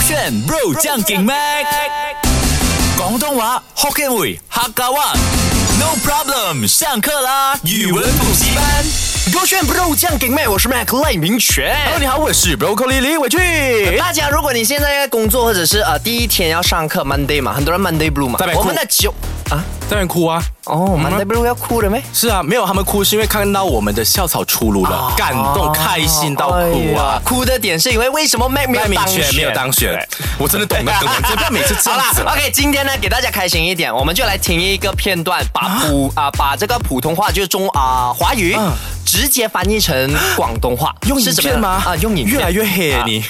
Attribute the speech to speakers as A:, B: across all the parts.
A: 选 Bro 将劲 Mac，广东话 Hokkien 语客家话。No problem，上课啦！语文补习班。
B: 勾选 Bro 酱给麦，我是 Mac 赖明全。
A: Hello，你好，我是 Broccoli 李伟俊。
B: 大家，如果你现在在工作或者是呃第一天要上课 Monday 嘛，很多人 Monday Blue 嘛
C: 在，哭
B: 我们的九啊
C: 当然哭啊！
B: 哦 Monday Blue 要哭的咩？
C: 是啊，没有他们哭是因为看到我们的校草出炉
A: 啊
C: 了，感动、开心到哭
B: 哎
C: 啊
B: 呀！哭的点是因为为什么 Mac
A: 哎
B: 没有
C: 赖明
B: 当
C: 全
B: 选？
C: 没有当选，我真的懂得梗，我真的每次这
B: 好
C: 样子
B: 啦
C: 了。
B: ，OK，今天呢，给大家开心一点，我们就来听一个片段，把普啊、把这个普通话就是中啊、华语。
C: 嗯
B: 直接翻译成广东话，
C: 用
B: 是
C: 影
B: 怎么
C: 片
B: 样
C: 吗？
B: 啊，用影片
C: 越来越黑
B: 啊
C: 你。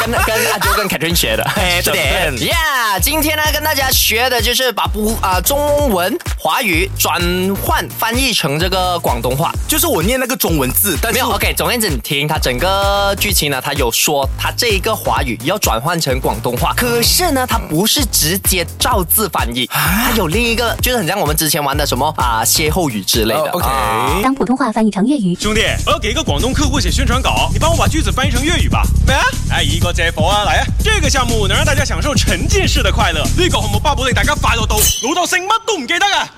B: 跟跟阿周跟凯 a 学的，哎
C: 是的
B: ，Yeah，今天呢跟大家学的就是把不啊、中文华语转换翻译成这个广东话。
C: 就是我念那个中文字，但
B: 没
C: 是
B: 有，OK，总而言之，你听它整个剧情呢，它有说它这一个华语要转换成广东
C: 啊
B: 话，可是呢，它不是直接照字翻译，
C: 啊
B: 它有另一个，就是很像我们之前玩的什么啊歇后语之类的。
C: 哦，OK
B: 啊
D: 当普通话翻译成粤语，
E: 兄弟，我要给一个广东客户写宣传稿，你帮我把句子翻译成粤语吧。来啊，哎，一个接火啊，来啊！这个项目能讓大家享受沉浸式的快樂。呢、個項目包保你大家快樂到老到姓乜都唔記得啊！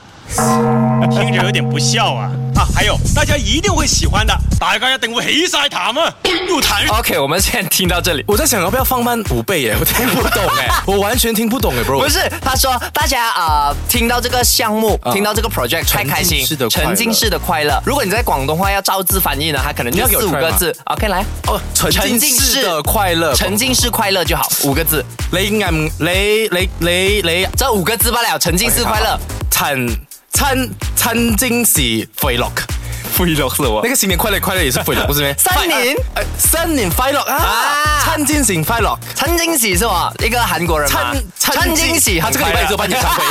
E: 聽着有點不孝啊啊！還有，大家一定會喜歡的，大家一定會起晒痰啊！又痰。
B: OK，我们先听到这里。
C: 我在想要不要放慢五倍耶，我听不懂 哎，我完全听不懂哎，bro。
B: 不是，他说大家啊、呃听到这个项目，
C: 啊
B: 听到这个 project 太开心，
C: 沉浸式的快乐
B: 沉浸式的快乐。如果你在广东话要照字翻译呢，它可能
C: 你
B: 就
C: 要给我
B: 四五
C: try
B: 个
C: 吗
B: 字。OK，来，
C: 哦，沉浸式的快乐，
B: 沉浸式快乐就好，五个字，
C: 你暗你你你你
B: 这五个字罢了，沉浸式快乐。
C: 沉沉沉浸式快乐。快乐是我那个新年快乐快乐也是 快乐，不是咩？
B: 三年
C: 快呃新年快乐啊！
B: 啊
C: 沉浸式快乐，
B: 陈金喜是吧？一个韩国人吗？
C: 沉
B: 陈金喜
C: 他
B: 很
C: 这
B: 快乐，
C: 个礼拜只有办演唱会。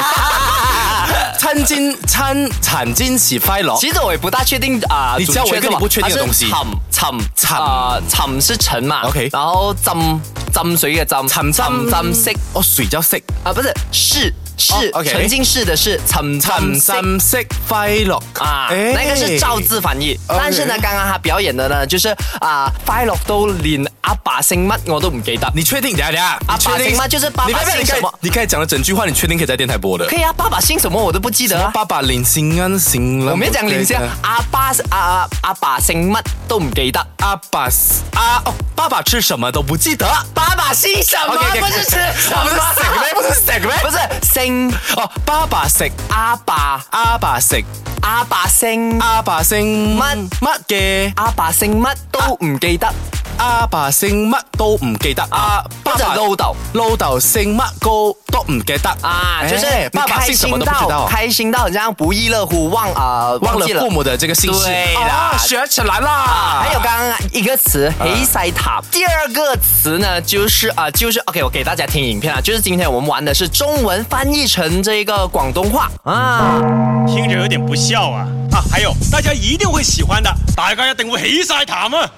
C: 沉浸沉沉浸式快乐，
B: 其实我也不大确定啊，
C: 你教我一个
B: 准确是吧
C: 你不确定的东西
B: 它是沉沉
C: 沉
B: 啊，沉是沉嘛
C: OK
B: 然后浸浸水嘅浸，
C: 沉
B: 浸浸色
C: 哦水叫色。
B: 啊，不是是是、
C: 哦，OK
B: 沉浸式的是沉
C: 沉
B: 沉色
C: 浸式快樂
B: 啊，那个是照字翻译。
C: OK
B: 但是呢，刚刚他表演的呢，就是啊，快樂到連阿爸姓乜我都唔記得。
C: 你确定？等一下等一下，
B: 啊
C: 你确
B: 爸
C: 定
B: 姓嗎就是爸爸
C: 你不要不要你刚才
B: 姓什麼
C: 你刚才讲的整句话，你确定可以在电台播的
B: 可？以啊，爸爸姓什麼我都不記得啊。
C: 爸爸林心安行了，
B: 我没有讲林先，阿爸阿阿阿爸姓乜都唔記得。
C: 阿爸啊哦，爸爸吃什么都不记得。
B: 爸爸姓什麼
C: OK，OK，
B: 不是吃什
C: 啊不是
B: 麼
C: 食咩？不是食咩？
B: 不是姓
C: 哦，爸爸食
B: 阿爸，
C: 阿爸食
B: 阿爸姓
C: 阿爸姓
B: 乜
C: 乜嘅，
B: 阿爸姓乜都唔記得。
C: 阿爸姓乜都唔記得。阿
B: 不是啊老豆。
C: 老豆姓乜個都唔記得
B: 啊，就是
C: 哎
B: 你
C: 爸爸
B: 开
C: 姓什
B: 心
C: 么都不知道
B: 到。开心到你这样不亦乐乎，忘啊、呃、
C: 忘了
B: 记
C: 父母的这个姓氏，
B: 对啦啊
C: 啊学起来啦。
B: 还有刚刚一个词黑塞塔，第二个词呢就是啊、呃就是 OK，我给大家听影片啊，就是今天我们玩的是中文翻译成这个广东话啊，
E: 听着有点不孝啊啊！还有，大家一定會喜歡的，大家一定會起晒痰啊！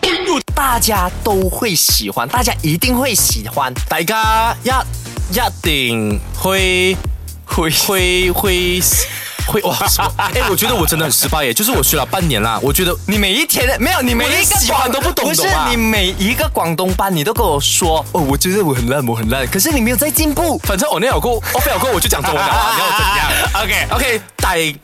B: 大家都会喜欢，大家一定会喜欢。
C: 大家一一定会会会会会哇！哎、我觉得我真的很失败耶，就是我学了半年啦，我觉得
B: 你每一天的没有，你每
C: 我连
B: 一个
C: 喜欢
B: 广
C: 都不懂
B: 不是
C: 懂啊
B: 你每一个广东班，你都跟我说哦，我觉得我很烂，我很烂，可是你没有在进步。
C: 反正我那有过，我非有过我就讲中文了啊，你要我怎样
B: OK
C: ？OK，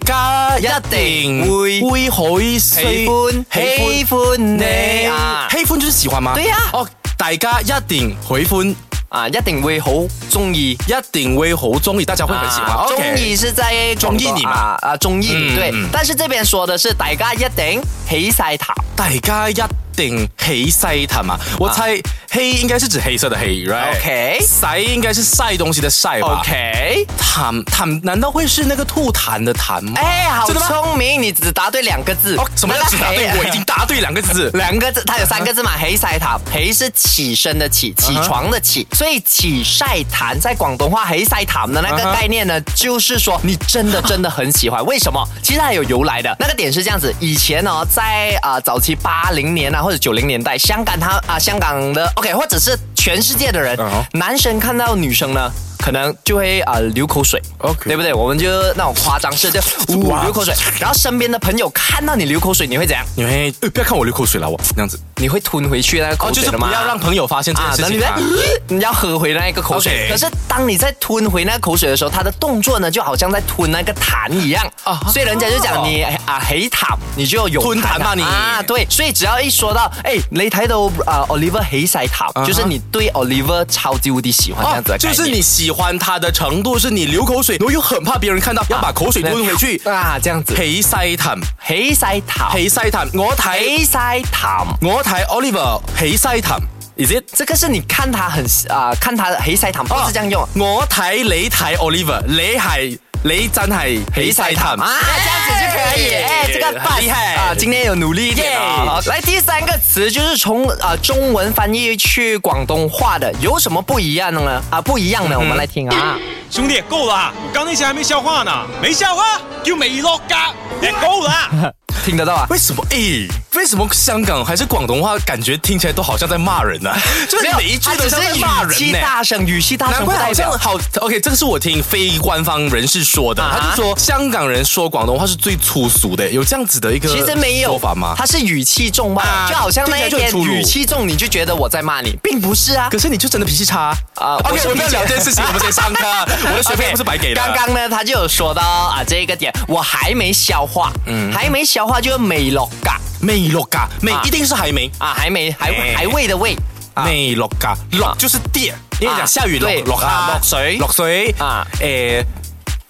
C: 大家一定
B: 會
C: 会会
B: 喜
C: 喜
B: 歡喜歡你啊
C: 喜歡就是喜歡嗎？
B: 對啊
C: 哦，大家一定喜歡，
B: 啊，一定会好中意。
C: 一定會好中意，大家會很喜歡。
B: 啊中
C: OK
B: 意是在
C: 中意你嘛
B: 啊啊，中意你
C: 嗯
B: 对
C: 嗯，
B: 但是这边说的是大家一定起晒头，
C: 大家一定黑晒它嘛？我猜黑应该是指黑色的黑，right？
B: OK
C: 晒应该啊是晒东西的晒吧
B: OK
C: 痰痰难道会是那个吐痰的痰吗？
B: 哎，好
C: 真的吗
B: 聪明，你只答对两个字
C: 哦，，什么叫只答对
B: 那？黑。
C: 我已经答对两个字
B: 两个字，它有三个字嘛，黑晒塔，黑是起身的
C: 啊
B: 起，起床的起，所以起晒痰在广东话黑晒痰的那个
C: 嗯哼
B: 概念呢，就是说你真的真的很喜欢，为什么？其实它有由来的，那个点是这样子，以前哦，在啊、呃早期八零年啊或者九零年代，香港它啊、香港的 OK 或者是全世界的人
C: 嗯哼
B: 男生看到女生呢。可能就会啊、呃流口水
C: OK
B: 对不对？我们就那种夸张式，就呜
C: 哇
B: 流口水，然后身边的朋友看到你流口水，你会怎样？
C: 你会、呃不要看我流口水了，我这样子。
B: 你会吞回去那个
C: 哦，
B: 口
C: 就
B: 水
C: 是
B: 的
C: 不
B: 嘛。
C: 要让朋友发现这件
B: 啊，
C: 事
B: 那你
C: 情
B: 在
C: 啊。
B: 你要喝回那一个口水
C: OK
B: 可是当你在吞回那个口水的时候，它的动作呢，就好像在吞那个痰一样
C: 啊
B: 所以人家就讲你啊黑痰，你就有
C: 吞痰嘛你
B: 啊，對，所以只要一說到，誒、你睇到啊、Oliver 起晒痰
C: 啊哈
B: 就是你對 Oliver 超級無敵喜
C: 啊
B: 歡這樣子的概念、
C: 哦就是你喜欢他的程度，是你流口水，然后又很怕别人看到，要把口水吞回去。
B: 啊，這樣子
C: 皮西痰，
B: 起晒痰，
C: 皮西痰，我睇
B: 起晒痰。
C: 我睇 Oliver 皮西痰，is it？
B: 這個是你看他很啊、看他起晒痰，不是這樣用。啊
C: 我睇你睇 Oliver，你係你真係起晒痰
B: 啊，这样子就可以，哎，这个棒
C: 厉害
B: 啊！今天有努力一点
C: 啊
B: 哦。来，第三个词就是从啊、中文翻译去广东话的，有什么不一样的呢？啊，不一样的，我们来听啊。
E: 兄弟，够了，啊我刚那些还没消化呢，没消化就没落嘎，也够了。
B: 听得到啊？
C: 为什么？诶，为什么香港还是广东话，感觉听起来都好像在骂人呢、 啊？就是每一句
B: 它
C: 都
B: 只
C: 像
B: 是
C: 在骂
B: 语
C: 人
B: 气
C: 呢、
B: 大声，语气大声
C: 难
B: 不
C: 怪好
B: 代
C: 像
B: 表。
C: 好 OK，这个是我听非官方人士说的，
B: 啊
C: 他就说香港人说广东话是最粗俗的，有这样子的一个
B: 其实没有
C: 说法吗？
B: 它是语气重骂，
C: 啊
B: 就好像那
C: 听
B: 一
C: 起来
B: 天
C: 就很粗鲁
B: 语气重，你就觉得我在骂你，并不是啊。
C: 可是你就真的脾气差
B: 啊
C: 啊
B: 我是
C: ！OK，我们要
B: 脾气
C: 聊这件事情，我们先上课， 我的学费不是白给 的。啊
B: 刚刚呢，他就有说到啊，这个点我还没消化，
C: 嗯
B: 还没消化就是美落嘎
C: 美洛嘎，美
B: 啊
C: 一定是海梅，
B: 啊，还没还
C: 哎
B: 还未的未。啊
C: 美落嘎，落就是跌，因为讲下雨落
B: 对
C: 落
B: 啊
C: 啊，
B: 落水
C: 落水
B: 啊嗯
C: 啊，诶。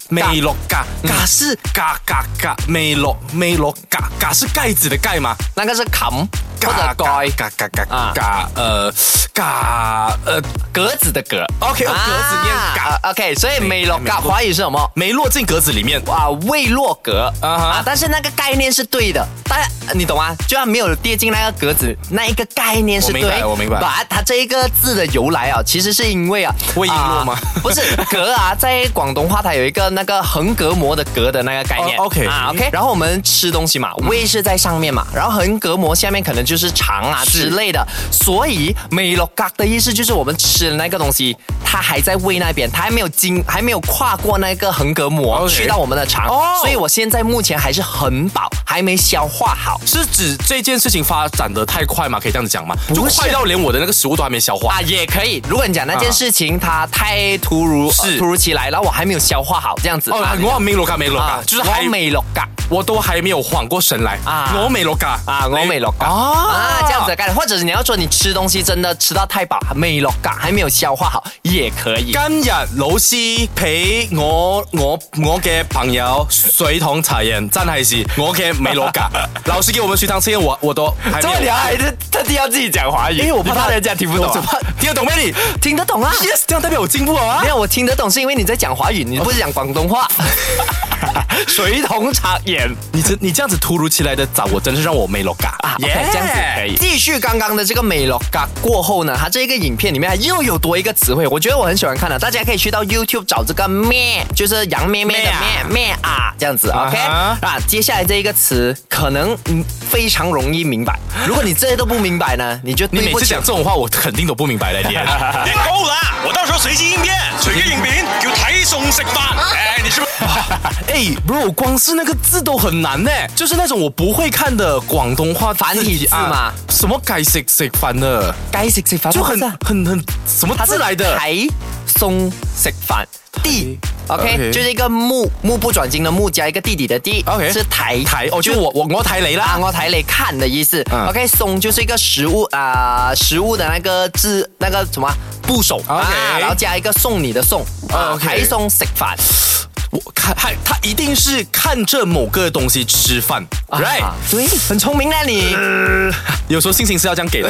C: 美落嘎嘎是嘎嘎嘎，美落美落嘎嘎是盖子的盖吗？
B: 那个是冚或者盖
C: 嘎嘎嘎
B: 啊
C: 嘎嘎呃嘎呃
B: 格子的格。
C: OK，我格哦子念嘎，
B: 啊，OK，所以美落嘎
C: 没
B: 华语是什么？
C: 没落进格子里面。
B: 啊，未落格
C: 啊哈
B: 啊，但是那个概念是对的，但你懂吗？就算没有跌进那个格子，那一个概念是
C: 我明白
B: 对，
C: 我明白
B: 把它这一个字的由来啊，其实是因为啊，
C: 魏璎珞
B: 啊
C: 吗
B: 不是格啊，在广东话它有一个那个横膈膜的膈的那个概念。
C: 哦，OK
B: 啊，OK。然后我们吃东西嘛，胃是在上面嘛，然后横膈膜下面可能就是肠啊之类的，所以美洛嘎的意思就是我们吃的那个东西，它还在胃那边，它还没有经，还没有跨过那个横膈膜
C: OK
B: 去到我们的肠。
C: 哦
B: 所以我现在目前还是很饱，还没消化好
C: 是指这件事情发展的太快吗？可以这样子讲吗？就
B: 不是
C: 快到连我的那个食物都还没消化
B: 啊，。也可以。如果你讲那件
C: 啊
B: 事情、它太突如呃
C: 是
B: 突如其来，然后我还没有消化好，这样子
C: 哦，
B: 啊
C: 我美落嘎美落嘎，就是还
B: 我美落嘎
C: 我都还没有缓过神来
B: 啊
C: 我美落嘎
B: 啊，我美落嘎啊
C: 啊，
B: 这样子的概念，或者是你要说你吃东西真的吃到太饱，美落嘎还没有消化好也可以。
C: 今日老師俾我我我嘅朋友水桶茶人真係是我嘅美羅 噶，老師給我們水塘測驗我我都還
B: 这
C: 沒
B: 么
C: 有
B: 聊还是特地要自己讲华语，因为我
C: 我怕他
B: 人家听不
C: 我
B: 懂
C: 怎
B: 啊、
C: 么听得懂咩你
B: 听得懂啊。
C: ？Yes，這樣代表我進步了啊
B: 没！有，我听得懂是因为你在讲华语，你不是讲广东 话。水桶茶眼。
C: 你这你这样子突如其来的找我，真是让我美羅嘎
B: 啊 OK，这样子可以。。继续刚刚的这个美洛嘎过后呢，它这个影片里面还又有多一个词汇，我觉得我很喜欢看的，大家可以去到 YouTube 找这个咩，就是羊咩咩的咩咩啊，这样子
C: 啊
B: OK
C: 哈
B: 啊。接下来这一个词可能嗯非常容易明白，如果你这都不明白呢，你就
C: 你
B: 对
C: 每
B: 不
C: 次
B: 起
C: 講。這種話，我肯定都不明白 了，你。
E: 也够了，我到时候随机应变，隨機應變叫睇餸食飯。哎，你是不是？
C: 哎，bro，光是那个字都很难呢，就是那种我不會看的廣東話
B: 繁體字嘛
C: 啊什麼解釋食飯的，
B: 该食食饭
C: 就很很很什麼
B: 啊它是
C: 字來的？
B: 台松食饭地。OK，
C: OK
B: 就是一个木木不转睛的木加一个弟弟的弟
C: OK
B: 是台
C: 台哦，就我我我睇你
B: 啊，
C: 啦，
B: 我睇你看的意思。
C: 嗯
B: OK，松就是一个食物啊、食物的那个字，那个什么部首
C: OK
B: 啊，
C: 哦
B: 然后加一个送你的送啊，
C: OK
B: 台松食饭。
C: 我看还他一定是看着某个东西吃饭，right？、嗯
B: 啊对，很聪明呢你。
C: 有时候心情是要这样 给的。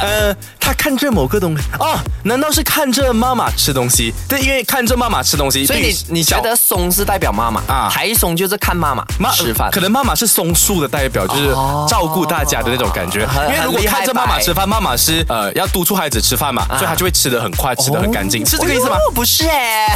C: 呃，他看着某个东西哦，难道是看着妈妈吃东西？对，因为看着妈妈吃东西，
B: 所以你你觉得松是代表妈妈啊
C: 啊？
B: 台松就是看妈妈
C: 妈呃
B: 吃饭哦
C: 可。能妈妈是松树的代表，就是照顾大家的那种感觉。
B: 很
C: 因为如
B: 很
C: 果
B: 厉害啊
C: 看着妈妈吃饭，妈妈是呃要督促孩子吃饭嘛，所以她就会吃的很快，吃的很干净，是这个意思吗
B: 哦？哟不是 哎，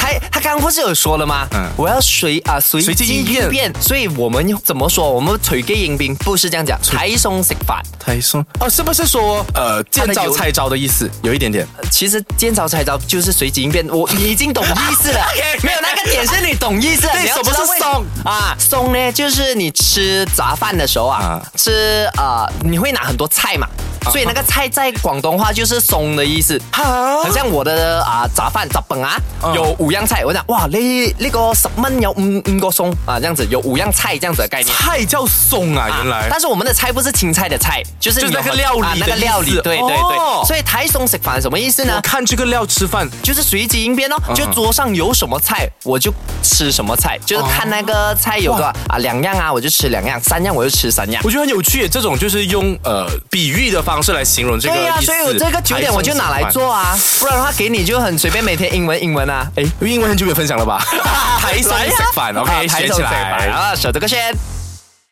B: 他他刚刚不是有说了吗？
C: 嗯
B: 我要随啊随
C: 随机
B: 机
C: 应变
B: 应变，所以我们们怎么说？我们随机应变不是这样讲，台松食法。
C: 台松哦，是不是说呃见
B: 它的
C: 招
B: 油
C: 拆招的意思？有一点点。
B: 其实见招拆招就是随机应变，我已经懂意 思了。没有那个点是你懂意思了。
C: 对
B: 你要知道
C: 什么是
B: 为么啊？松呢，就是你吃杂饭的时候啊，
C: 啊
B: 吃啊、呃你会拿很多菜嘛。所以那个菜在广东话就是松的意思，
C: 啊
B: 很像我的啊、杂饭杂本啊，
C: 嗯
B: 有五样菜。我讲哇，你呢、个十蚊有五五个松啊，这样子有五样菜这样子的概念。
C: 菜叫松啊，原来
B: 但是我们的菜不是青菜的菜，就是
C: 就是
B: 你有
C: 那个
B: 很
C: 料理
B: 啊
C: 的
B: 那个
C: 意
B: 料理，
C: 思
B: 对对
C: 哦
B: 对。所以台松食饭什么意思呢
C: 我？看这个料吃饭
B: 就是随机应变哦，就桌上有什么菜我就吃什么菜，就是看那个菜有多少啊两样啊我就吃两样，三样我就吃三样。
C: 我觉得很有趣耶，这种就是用呃比喻的方式来形容这个
B: 对呀、
C: 意思。
B: 所以我这个九点我就拿来做啊，不然的话给你就很随便，每天英文英文 啊，哎，
C: 台松，因为英文很久没有分享了吧？台松
B: 来呀
C: 吃饭
B: 啊
C: ，OK，
B: 台
C: 学
B: 中
C: 起
B: 食饭
C: 来。
B: 啊，手这个先。